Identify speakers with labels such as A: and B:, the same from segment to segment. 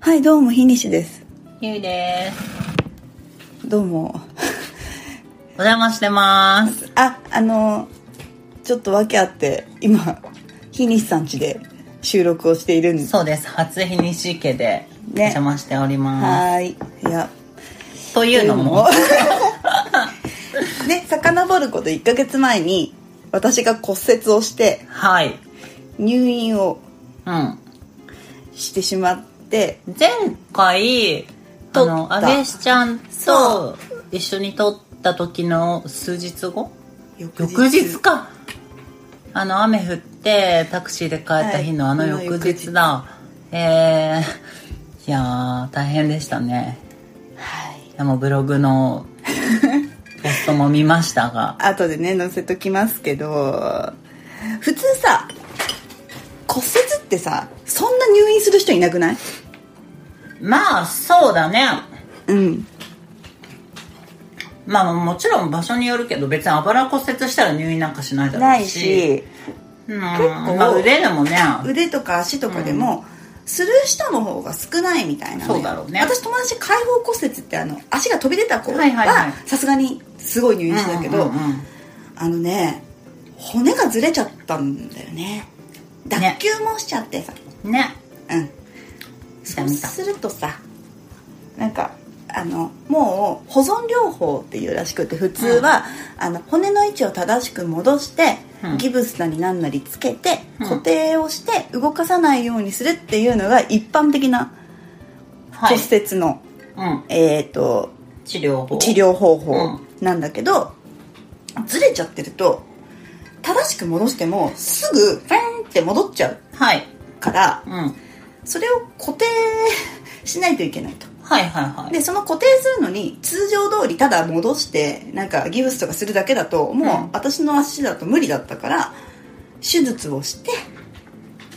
A: はい、どうも、日西です。
B: ゆいです。
A: どうも。
B: お邪魔してます。
A: あ、あの、ちょっと訳あって、今、日西さん家で収録をしているんです。
B: そうです。初日にし家でお
A: ね
B: 邪魔しておりま
A: はーい。いや、
B: す。というのも、
A: というのも ね、遡ること1ヶ月前に、私が骨折をして、
B: はい。
A: 入院を
B: うん。
A: してしまって、
B: 前回、あ
A: 撮った
B: の、安倍しちゃん
A: そ
B: と一緒に撮った時の数日後
A: 翌
B: 翌日か。あの、雨降ってタクシーで帰った日の
A: は
B: あ
A: い
B: の翌日だ。えー、いやー、大変でしたね。
A: はい。
B: いやもうブログのポストも見ましたが。
A: 後でね、載せときますけど、普通さ、骨折ってさ、そんな入院する人いなくない
B: まあそうだね
A: うん。
B: まあもちろん場所によるけど別にあばら骨折したら入院なんかしないだろうし
A: ないし
B: うん
A: 構
B: まあ、腕でもね
A: 腕とか足とかでも、する人の方が少ないみたいなのよ
B: そうだろうね
A: 私友達開放骨折ってあの足が飛び出た子
B: はいはいはい
A: はさすがにすごい入院してたけど、
B: うんうんうん
A: あのね骨がずれちゃったんだよね脱
B: ね
A: 臼もしちゃってさ、
B: うんね
A: うん
B: 見
A: そ
B: た
A: う
B: 見た
A: するとさなんかあのもう保存療法っていうらしくて普通は、あの骨の位置を正しく戻して、
B: うん
A: ギブスなりなんなりつけて、
B: うん
A: 固定をして動かさないようにするっていうのが一般的な
B: は
A: 骨
B: い、
A: 折の、
B: うん、
A: えー、と
B: 治療法
A: 治療方法
B: うん
A: なんだけど、ずれちゃってると正しく戻してもすぐフェンって戻っちゃう
B: はい、
A: から
B: うん、はい
A: それを固定しないといけないと。
B: はいはい
A: でその固定するのに通常通りただ戻してなんかギブスとかするだけだともう
B: うん
A: 私の足だと無理だったから手術をして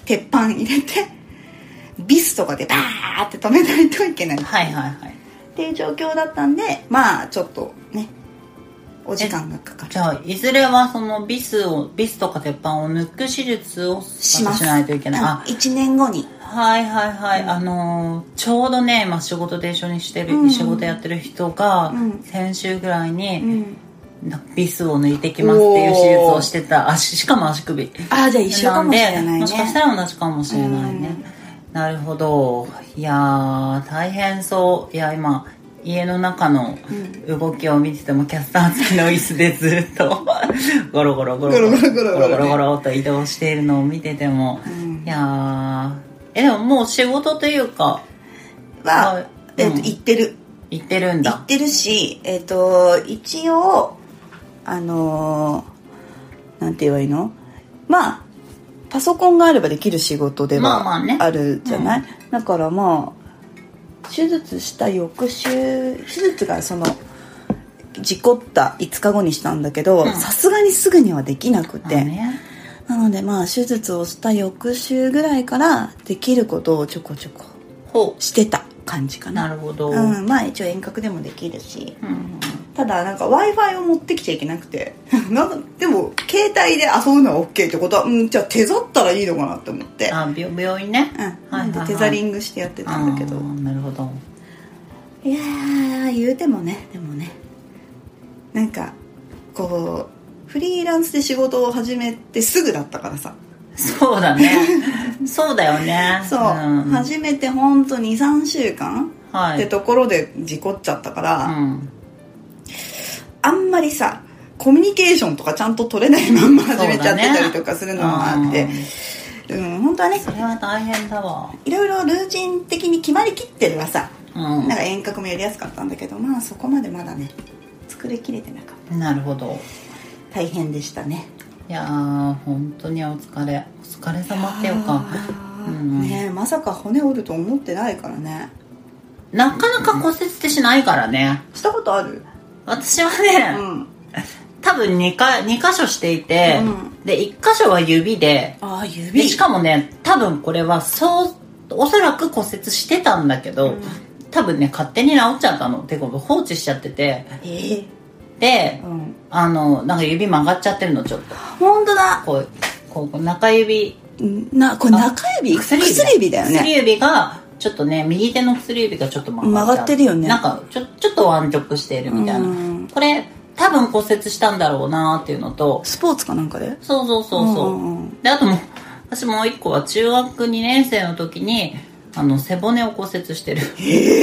A: 鉄板入れてビスとかでバーって止めないといけないっ
B: はいはいはい
A: ていう状況だったんでまあちょっとねお時間がかかる
B: じゃあいずれはそのビスをビスとか鉄板を抜く手術を
A: します
B: ないといけない、あ
A: 1年後に
B: はいはいはい、あのーちょうどね今仕事で一緒にしてる、
A: うん
B: 仕事やってる人が、
A: うん
B: 先週ぐらいに、
A: うん
B: ビスを抜いてきますっていう手術をしてた足しかも足首
A: ああじゃあ一緒かもしれない
B: んで
A: ね
B: もしかしたら同じかもしれないね、なるほどいやー大変そういや今家の中の動きを見ててもキャスター付きの椅子でずっ とゴロゴロゴロ
A: ゴロゴロゴロゴロ
B: ゴロゴロと移動しているのを見てても、
A: ん
B: いやーえでももう仕事というか
A: は、
B: はい
A: えっと
B: うん
A: 行ってる
B: 行ってる
A: 行
B: んだ
A: ってるし、えっと一応あのーなんて言えばいいのまあパソコンがあればできる仕事で
B: まあま
A: は
B: あね
A: あるじゃない、だからまあ手術した翌週手術がその事故った5日後にしたんだけど
B: ん
A: さすがにすぐにはできなくて、
B: まあね
A: なのでまあ手術をした翌週ぐらいからできることをちょこちょこ
B: ほ
A: してた感じか
B: う
A: な
B: なるほど、
A: うん、まあ一応遠隔でもできるし
B: うん
A: ただなんか w i f i を持ってきちゃいけなくて なんかでも携帯で遊ぶのは OK ってことは、うん、じゃあ手ざったらいいのかなって思って、
B: あ病病院ね、
A: うん、な
B: はいは
A: いんでテザリングしてやってたんだけど
B: あーなるほど
A: いやー言うてもねでもねなんかこうフリーランスで仕事を始めてすぐだったからさ
B: そうだねそうだよね
A: そう、
B: ん
A: 初めてほんと23週間、
B: はい
A: ってところで事故っちゃったから、
B: うん、
A: あんまりさコミュニケーションとかちゃんと取れないまんま始めちゃってたりとかするのもあってう,、
B: うん
A: ん本当はね
B: それは大変だわ
A: いろいろルーチン的に決まりきってればさ
B: うん
A: なんか遠隔もやりやすかったんだけどまあそこまでまだね作りきれてなかっ
B: なるほど
A: た大変でしたね
B: いやー本当にお疲れお疲れ様っていうか
A: あー
B: うん
A: ねえまさか骨折ると思ってないからね
B: なかなか骨折ってしないからね
A: したことある
B: 私はね、
A: うん
B: 多分2か二箇所していて、
A: うん
B: で1箇所は指で
A: ああ
B: で
A: 指
B: しかもね多分これはそうおそらく骨折してたんだけ
A: う
B: ど、
A: ん
B: 多分ね勝手に治っちゃったのてか放置しちゃってて
A: ええ
B: で
A: うん
B: あのなんか指曲がっちゃってるのちょっと
A: 本当だ
B: こうこうこう中指
A: なこれ中指
B: 薬指
A: 薬指だよね
B: 薬指がちょっとね右手の薬指がちょっと曲
A: 曲がってるよね
B: なんかちょちょっと湾曲しているみたいな、
A: うん
B: これ多分骨折したんだろうなっていうのと
A: スポーツかなんかで
B: そうそうそうそ
A: う
B: う、
A: んうんうん
B: であともう私もう一個は中学2年生の時にあの背骨を骨折してる、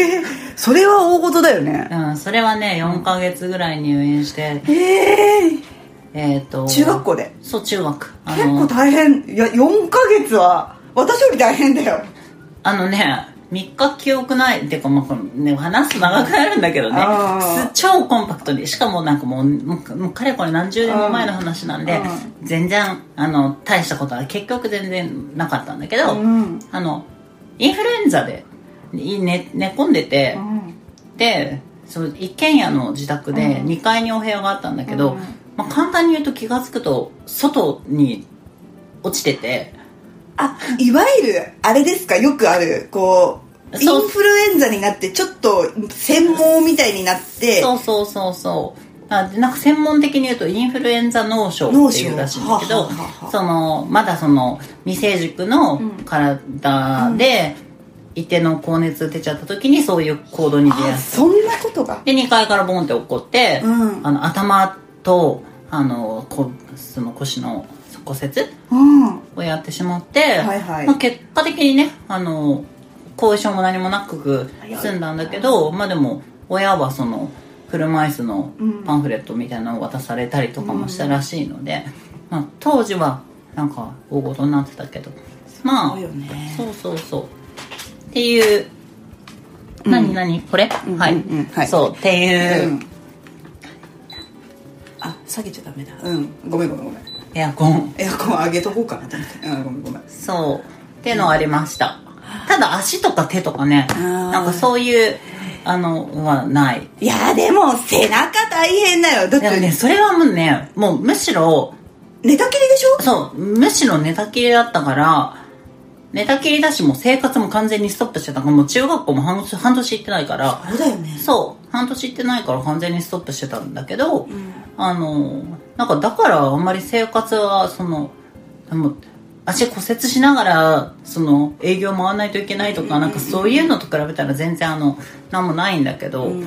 A: それは大事だよね
B: うん、それはね4ヶ月ぐらい入院して、
A: ええ
B: えっ、と
A: 中学校で
B: そう中学あ
A: 結構
B: の
A: 大変いや4ヶ月は私より大変だよ
B: あのね3日記憶ないっていうか、まあこのね、話すと長くなるんだけどね
A: あー
B: す超コンパクトにしかもなんかもうもうもうかれこれ何十年も前の話なんで
A: う
B: 全然あの大したことは結局全然なかったんだけど、
A: うん
B: あのインフルエンザで、い寝寝込んでて、でその一軒家の自宅で
A: うん
B: 2階にお部屋があったんだけど、
A: うん
B: まあ、簡単に言うと気が付くと外に落ちてて
A: あいわゆるあれですかよくあるこうイ
B: そう
A: ンフルエンザになってちょっと専門みたいになって
B: そうそうそうそうあでなんか専門的に言うとインフルエンザ脳症っていうらしいんだけど
A: 脳症はあはあはあ
B: そのまだその未成熟の
A: うん
B: 体で一定の高熱出ちゃった時にそういう行動に出や
A: あ
B: すい
A: そんなことが
B: で2階からボンって落っこって、
A: うん
B: あの頭とあのこその腰の骨折
A: うん
B: をやってしまって、
A: はいはい
B: まあ、結果的にねあの後遺症も何もなく済んだんだけど、まあ、でも親はその車椅子の
A: うん
B: パンフレットみたいなのを渡されたりとかもしたらしいので、まあ、当時はなんか大事になってたけどまあ
A: そうよね
B: そうそうそうっていう何何これ、
A: うん
B: はい、
A: うんうんはい
B: そうっていううん
A: あ下げちゃダメだうんごめんごめんごめん
B: エアコン、
A: エアコン上げとこうかなと思ってうんごめんごめん
B: そうっていうのはありました、ただ足とか手とかね
A: あー
B: なんかそういうあのはない
A: いやでも背中大変だよだっ
B: でも
A: て、
B: ねそれはもうねもうむしろ
A: 寝たきりでしょ
B: そうむしろ寝たきりだったから寝たきりだしもう生活も完全にストップしてたからもう中学校も半年半年行ってないから
A: そうだよね
B: そう半年行ってないから完全にストップしてたんだけど、あのなんかだからあんまり生活はそのでも足骨折しながらその営業回らないといけないとか、なんかそういうのと比べたら全然あのなんもないんだけど、い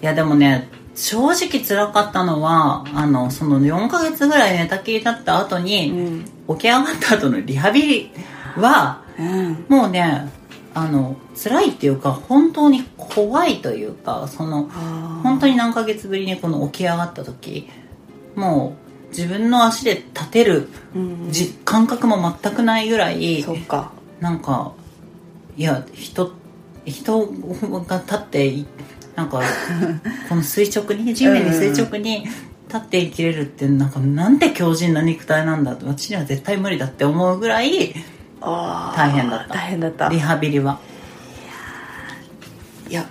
B: やでもね正直辛かったのはあのその4ヶ月ぐらい寝たきりだった後に、起き上がった後のリハビリは
A: うん
B: もうねあの辛いっていうか本当に怖いというかその
A: あ
B: 本当に何ヶ月ぶりにこの起き上がった時もう自分の足で立てる
A: ーうん
B: じ感覚も全くないぐらい
A: そっか
B: なんかいや人人が立っていな んかこの垂直に地面に垂直に立って生きれるってなんかなんて強靭な肉体なんだって私には絶対無理だって思うぐらい
A: あー
B: 大変だった
A: 大変だった
B: リハビリはい
A: や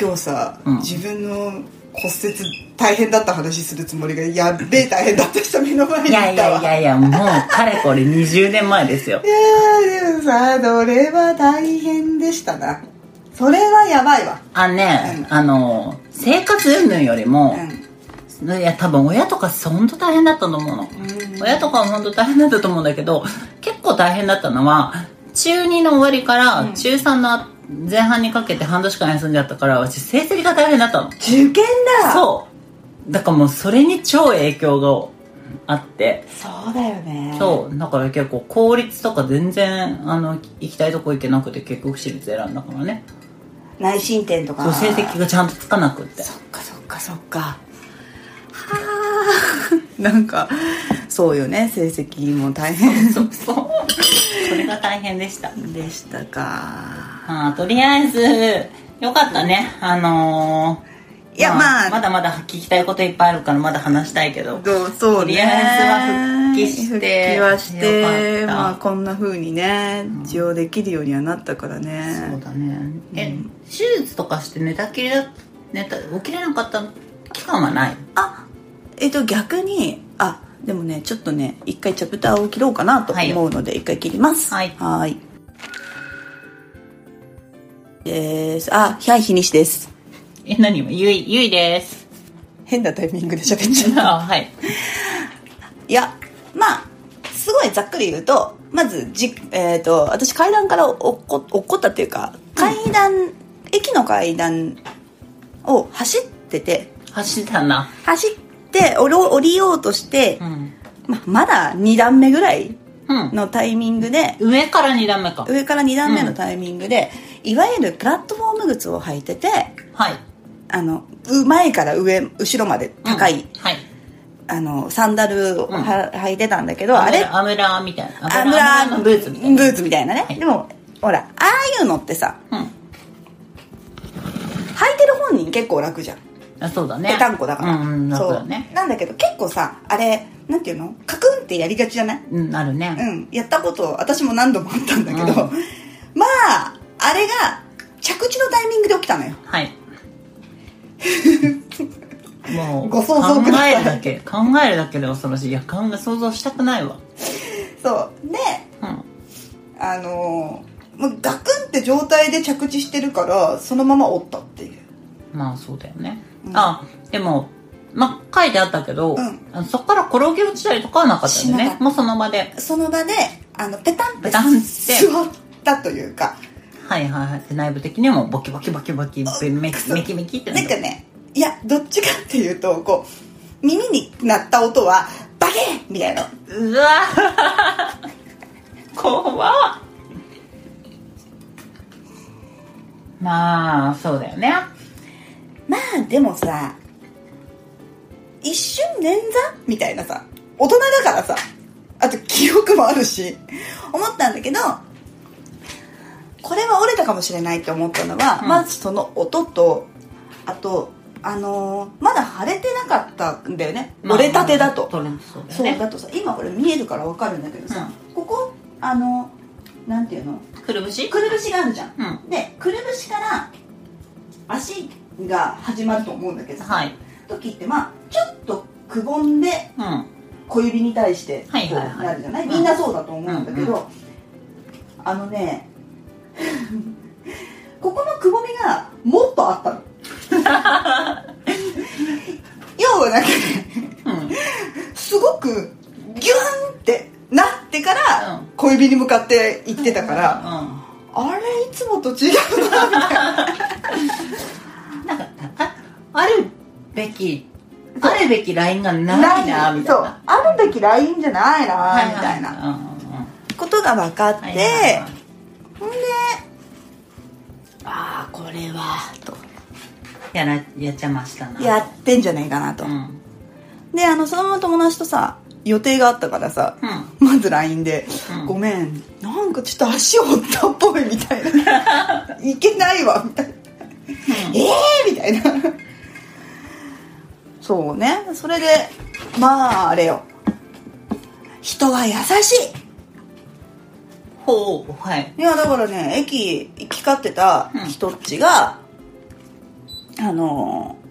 A: 今日さ、
B: うん
A: 自分の骨折大変だった話するつもりがやっべえ大変だった人目の前に
B: い
A: いたわ
B: やいやいやいやもうかれこれ20年前ですよ
A: いやーでもさどれは大変でしたなそれはやばいわ
B: あのね、
A: う
B: あの生活云々よりも、
A: う
B: いや多分親とか本当大変だったと思うの、
A: ん
B: 親とかは本当大変だったと思うんだけど結構大変だったのは中2の終わりから中3の前半にかけて半年間休んじゃったから私成績が大変だったの
A: 受験だう
B: そうだからもうそれに超影響があって
A: そうだよね
B: そうだから結構公立とか全然あの行きたいとこ行けなくて結局私立選んだからね
A: 内申点とか
B: そう成績がちゃんとつかなくって
A: そっかそっかそっかはあ なんかそうよね成績も大変
B: そうそうそれが大変でした
A: でしたか
B: まあとりあえずよかったねあのー
A: いやまあ
B: まだまだ聞きたいこといっぱいあるからまだ話したいけど
A: どうそうね
B: とりあえずは復帰して
A: 復帰はして
B: よかった
A: まあこんな風にね一応できるようにはなったから
B: そう
A: ね
B: だねえ、手術とかして寝たきりだ寝た起きれなかった期間はない
A: あえっと逆にあでもねちょっとね一回チャプターを切ろうかなと思うので一回切ります
B: はい
A: はーいですあヒャイひにしです
B: え何今ゆいゆいです
A: 変なタイミングで喋っちゃった
B: あはい
A: いやまあすごいざっくり言うとまずじ、えー、と私階段から落っこ落っこったっていうか段駅の階段を走ってて
B: 走ったな
A: 走って降り降りようとして
B: う、ん、
A: ままだ2段目ぐらい
B: うん、
A: のタイミングで
B: 上から2段目か
A: 上から2段目のタイミングで、いわゆるプラットフォーム靴を履いてて
B: はい
A: あのう前から上後ろまで高い、
B: うんはい
A: あのサンダルをは、履いてたんだけどあれ
B: アムラーみたいな
A: アムラ
B: のブーツみたいな
A: ブーツみたいなね、
B: はい
A: でもほらああいうのってさ
B: うん
A: 履いてる本人結構楽じゃん
B: あそうだね
A: ぺたんこだから、
B: うん、うん、
A: そ
B: そううだね
A: なんだけど結構さあれなんていうのカクンってやりがちじゃない
B: うんあるね、
A: うんやったこと私も何度もあったんだけど、
B: うん
A: まああれが着地のタイミングで起きたのよ
B: はい もう
A: ご想像
B: 考
A: ください
B: えるだけ考えるだけで恐ろしいいや考え想像したくないわ
A: そうで
B: うん
A: あのーもうガクンって状態で着地してるからそのまま折ったっていう
B: まあそうだよね、
A: うん
B: あでもまあ書いてあったけど、
A: うん
B: あのそこから転げ落ちたりとかはなかったんだ
A: しな
B: よ
A: かっ
B: ね
A: た
B: もうその場で
A: その場であのペタンって
B: ペタンって
A: 座ったというか
B: はいはいはいで内部的にもボキボキボキボキメキメキメキって
A: なんか
B: る
A: ねいやどっちかっていうとこう耳に鳴った音はバケーみたいな
B: うわ 怖っまあそうだよね
A: まあでもさ一瞬捻挫みたいなさ大人だからさあと記憶もあるし思ったんだけどこれは折れたかもしれないって思ったのは、
B: うん
A: まずその音とあとあのーまだ腫れてなかったんだよね
B: まあ
A: 折れたてだと、
B: 取れそうだよ
A: そう
B: ね
A: だとさ今これ見えるから分かるんだけどさ、ここあのなんていうの
B: くるぶし
A: くるぶしがあるじゃん、
B: う
A: でくるぶしから足が始まると思うんだけどさ、
B: はい
A: 時ってまあちょっとくぼんで
B: うん
A: 小指に対してこ
B: はいうはいはい
A: なるじゃない、
B: うん
A: みんなそうだと思うんだけど、
B: う
A: あのね ここのくぼみがもっとあった の要はなんかね
B: うん
A: すごくギュンってなってから
B: うん
A: 小指に向かって行ってたから、
B: うん
A: あれいつもと違うな
B: なんかああるべきあるべきラインがないなみたい
A: そう
B: な
A: あるべきラインじゃないな、みたいな、
B: な
A: ことが分かって、
B: はいはいはい
A: ほんでああこれはと
B: やらやっちゃいましたな
A: やってんじゃないかなと、
B: うん
A: であのそのまま友達とさ予定があったからさ、
B: うん
A: まず LINE で、
B: うん
A: ごめんなんかちょっと足折ったっぽいみたい ないけないわみたいなええー、みたいなそうねそれでまああれよ人は優しい
B: ほうはい
A: いやだからね駅行き交ってた人っちが、あのー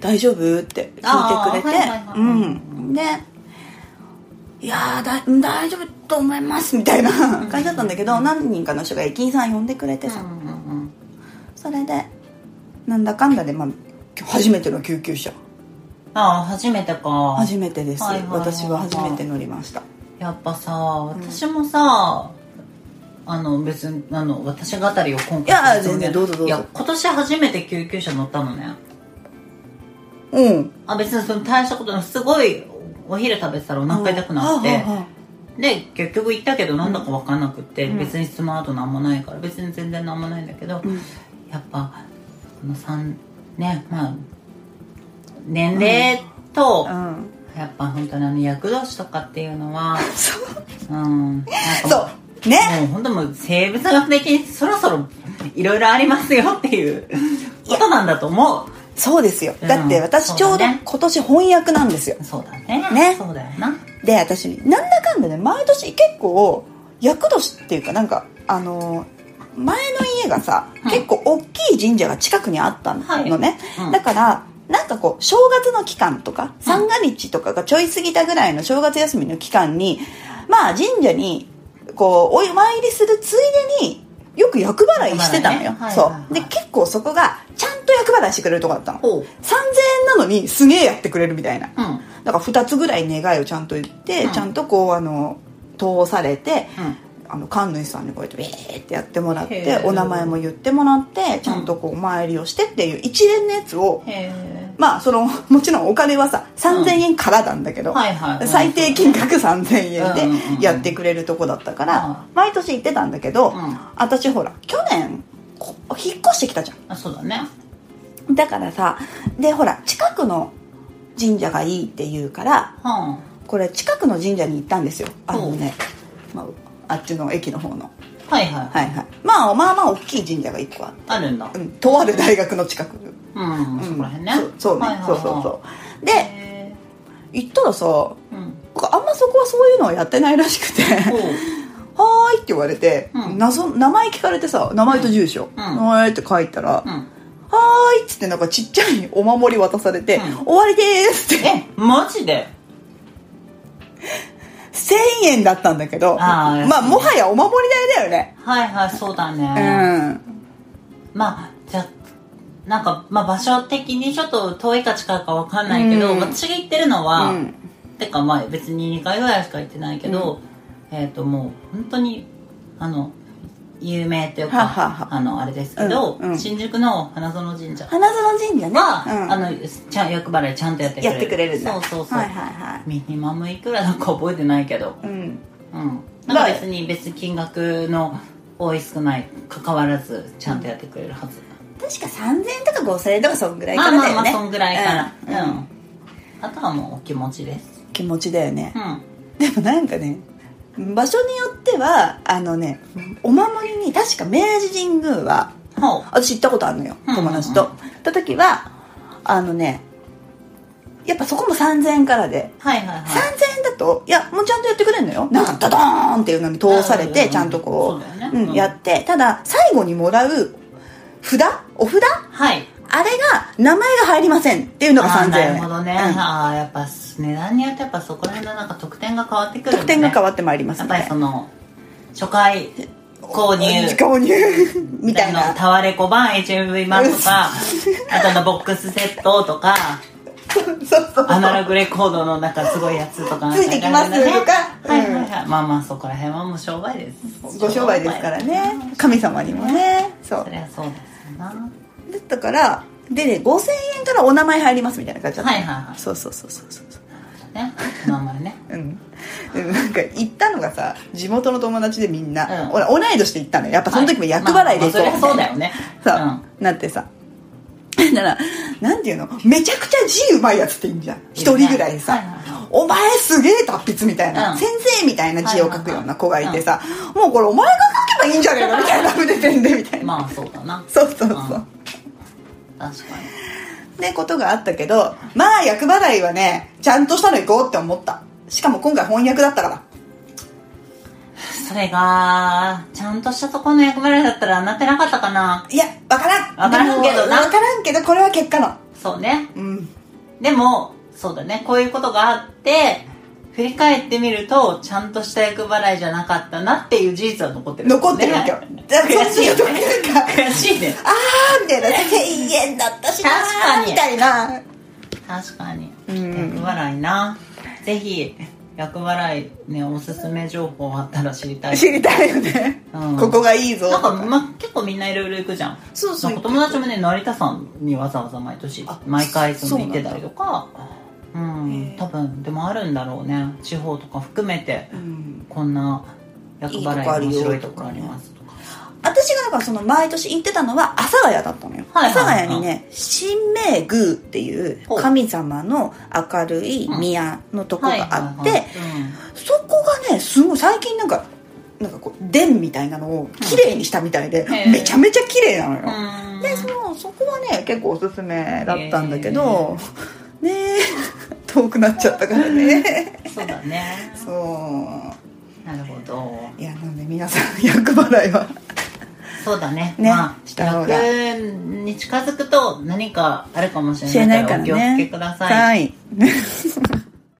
A: 大丈夫?」って聞いてくれて
B: あーはいはいはい
A: うんで「いやーだ大丈夫と思います」みたいな感じだったんだけど、何人かの人が駅員さん呼んでくれてさ、
B: うんうんうん
A: それでなんだかんだで、まあ、初めての救急車
B: ああ初めてか
A: 初めてです、
B: はいはいはいはい
A: 私は初めて乗りました
B: やっぱさ私もさ、あの別にあの私語りを今回
A: いや
B: するつも
A: 全
B: り
A: 然どうぞどうぞ
B: いや今年初めて救急車乗ったのね
A: うん
B: あ別にその大したことないすごいお昼食べてたらお腹痛くなって、
A: うんはあはあは
B: で結局行ったけどなんだか分かんなくって、
A: うん
B: 別にスマートなんもないから別に全然なんもないんだけど、やっぱこの3ねまあ年齢と、
A: あうん
B: やっぱ本当にあの厄年とかっていうのは
A: そう
B: うん なんかもう
A: そうね
B: もう本当もう生物学的にそろそろいろいろありますよっ ていうことなんだと思
A: そうですよ
B: うん
A: だって私ちょう
B: そう
A: ど
B: だね
A: 今年翻訳なんですよ
B: うそうだね
A: ね
B: そうだよな
A: で私なんだかんだね毎年結構厄年っていうかなんかあのー前の家がさ、
B: うん
A: 結構大きい神社が近くにあった
B: はい
A: のね、
B: うん
A: だからなんかこう正月の期間とか三が日とかがちょい過ぎたぐらいの正月休みの期間にまあ神社にこうお参りするついでによく厄払いしてたのよ、
B: 厄払いねはい
A: そ
B: は
A: う
B: い
A: で
B: はい
A: 結構そこがちゃんと厄払いしてくれるとこだったの
B: ほう
A: 3000円なのにすげえやってくれるみたいな
B: うんうん
A: だから2つぐらい願いをちゃんと言って、
B: うん
A: ちゃんとこうあの通されて、あの神主さんにこうやってビーってやってもらっ
B: へ
A: て
B: ー
A: お名前も言ってもらってちゃんとこうお参りをしてっていう一連のやつを
B: へえ
A: まあそのもちろんお金はさ3000円からなんだけど、
B: はいはいはい
A: 最低金額3000円
B: うんうんうん
A: でやってくれるとこだったから、
B: は
A: 毎年行ってたんだけど、
B: うん
A: 私ほら去年こ引っ越してきたじゃ
B: あそうだね
A: んだからさでほら近くの神社がいいって言うから
B: は
A: これ近くの神社に行ったんですよあのね、まあ、あっちの駅の方の
B: あはいはい、
A: はいはいまあまあまあ大きい神社が1個あって
B: あるんだ
A: うん、とある大学の近く、
B: うん、
A: うん
B: そこら辺ね
A: そうそうね、
B: はいはいはい
A: そうそうそうで
B: へ
A: 行ったらさ
B: えうん
A: あんまそこはそういうのをやってないらしくて「
B: おう
A: はーい」って言われて、
B: うん
A: 謎名前聞かれてさ名前と住所「
B: うん
A: はーい」って書いたら「
B: う
A: は
B: ん
A: ーい」っつってなんかちっちゃいお守り渡されて
B: う
A: 「終わりでーす」って
B: えマジで
A: 1000円だったんだけど
B: あー
A: まあもはやお守り代だよね
B: はいはいそうだ
A: う
B: ね、
A: ん
B: まあじゃあなんか、まあ、場所的にちょっと遠いか近いかわかんないけど、
A: うん
B: 私が行ってるのは、
A: うん
B: てかまあ別に2回ぐらいしか行ってないけど、えっ、ともう本当にあの有名っていう
A: は
B: か
A: はは
B: あのあれですけど、
A: うんうん
B: 新宿の花園神社は、
A: 花園神社ね、うん
B: あのちゃん欲払いちゃんとやってくれる
A: やってくれるんだ
B: そうそうそう、
A: はいはいは
B: ミニマムいくらなんか覚えてないけど
A: いうん
B: うんなんか別に別に金額の多い少ない関わらずちゃんとやってくれるはず、
A: 確か3000円とか5000円とかそんぐらい
B: ま
A: か
B: あ
A: ら
B: ま
A: だ
B: あま
A: よ
B: あ
A: ね
B: そんぐらいから
A: うん
B: うん、あとはもうお気持ちです
A: 気持ちだよね
B: うん
A: でもなんかね場所によってはあのねお守りに確か明治神宮は
B: ほう
A: 私行ったことあるのよ
B: うんうんうん
A: 友達と、行った時はあのねやっぱそこも3000円からで、
B: はいはいはい
A: 3000円だといやもうちゃんとやってくれるのよなんかドドーンっていうのに通され
B: うんうんう
A: て
B: ん
A: ちゃんとこ
B: そう
A: う
B: だよね
A: んやってただ最後にもらう札お札
B: はい
A: あれが名前が入りませんっていうのが
B: あー
A: 3000円
B: なるほどね、
A: うん
B: ああやっぱ値段によってやっぱそこら辺のなんか特典が変わってくる、ね、
A: 得点が変
B: わ
A: わってまいります
B: やっ
A: ね
B: ぱりその初回購入
A: 購入みたい
B: あの
A: な
B: タワレコ版 HMV 版とかあとあのボックスセットとか
A: そうそう
B: アナログレコードのなんかすごいやつとか
A: ついてきますとか
B: はいはいはい、まあまあそこら辺はもう商売です
A: ご商売ですからね神様にもねそ
B: そうりゃそうですよな
A: だったからでね5000円からお名前入りますみたいな感じだった
B: はいはいはい
A: そうそうそうそうそう
B: ね名前ね
A: うん、でもなんか行ったのがさ地元の友達でみんな、
B: うん
A: 俺同い年で行ったのよやっぱその時も厄払いで行こう、
B: はいまあまあそりゃそうだよね
A: さ、なってさ だからなんていうのめちゃくちゃ字うまいやつっていいんじゃん一人ぐらいさ、
B: はいはいはい
A: お前すげえ達筆みたいな、
B: うん
A: 先生みたいな字を書くような子がいてさ、もうこれお前が書けばいいんじゃねえかみたいな筆ペンでみたい
B: うん、
A: な、
B: まあそうだな
A: そうそうそう、
B: ん確かに
A: ってことがあったけどまあ役払いはねちゃんとしたの行こうって思ったしかも今回翻訳だったから
B: それがちゃんとしたところの役割だったらなってなかったかない
A: やわからん
B: わからんけどな
A: わからんけどこれは結果の
B: そうね
A: うん
B: でもそうだねこういうことがあって振り返ってみるとちゃんとした役払いじゃなかったなっていう事実は残ってる、
A: 残ってるわけよ、だから
B: 悔
A: そう
B: しい
A: い
B: よ
A: う時
B: ね
A: なんか
B: 悔しいね
A: あーみたいな1000円 だったしなー
B: 確かに
A: みたいな
B: 確かに
A: うん
B: 役払いなぜひ役払いねおすすめ情報あったら知りたい
A: 知りたいよね、
B: うん
A: ここがいいぞ
B: なんか、
A: と
B: ま、結構みんないろいろ行くじゃん
A: そうそう
B: なんか友達もね成田山にわざわざ毎年
A: あ
B: 毎回そ
A: そう
B: の
A: な
B: 行
A: ん
B: っ
A: だ
B: てたりとかう
A: へ
B: ん
A: え
B: 多分でもあるんだろうね地方とか含めて
A: うん
B: こんな役払い面白いところありますとか
A: 私がだからその毎年行ってたのは阿佐ヶ谷だったのよ、
B: はいはいはい
A: 阿佐ヶ谷にね神明宮っていう
B: ほう
A: 神様の明るい宮のとこがあって、そこがねすごい最近なんかなんかこう殿みたいなのを綺麗にしたみたいで、
B: へえ
A: めちゃめちゃ綺麗なのよ、
B: うん
A: でそのそこはね結構おすすめだったんだけど、ねえ遠くなっちゃったからね
B: うんそうだね
A: そう
B: なるほど
A: いやなんで皆さん厄払いは
B: そうだね
A: ね
B: まあ
A: した方が
B: 役に近づくと何かあるかもし
A: 知
B: れ
A: ら
B: な
A: ないい
B: か
A: からら
B: お
A: ね
B: 気をつけください
A: はい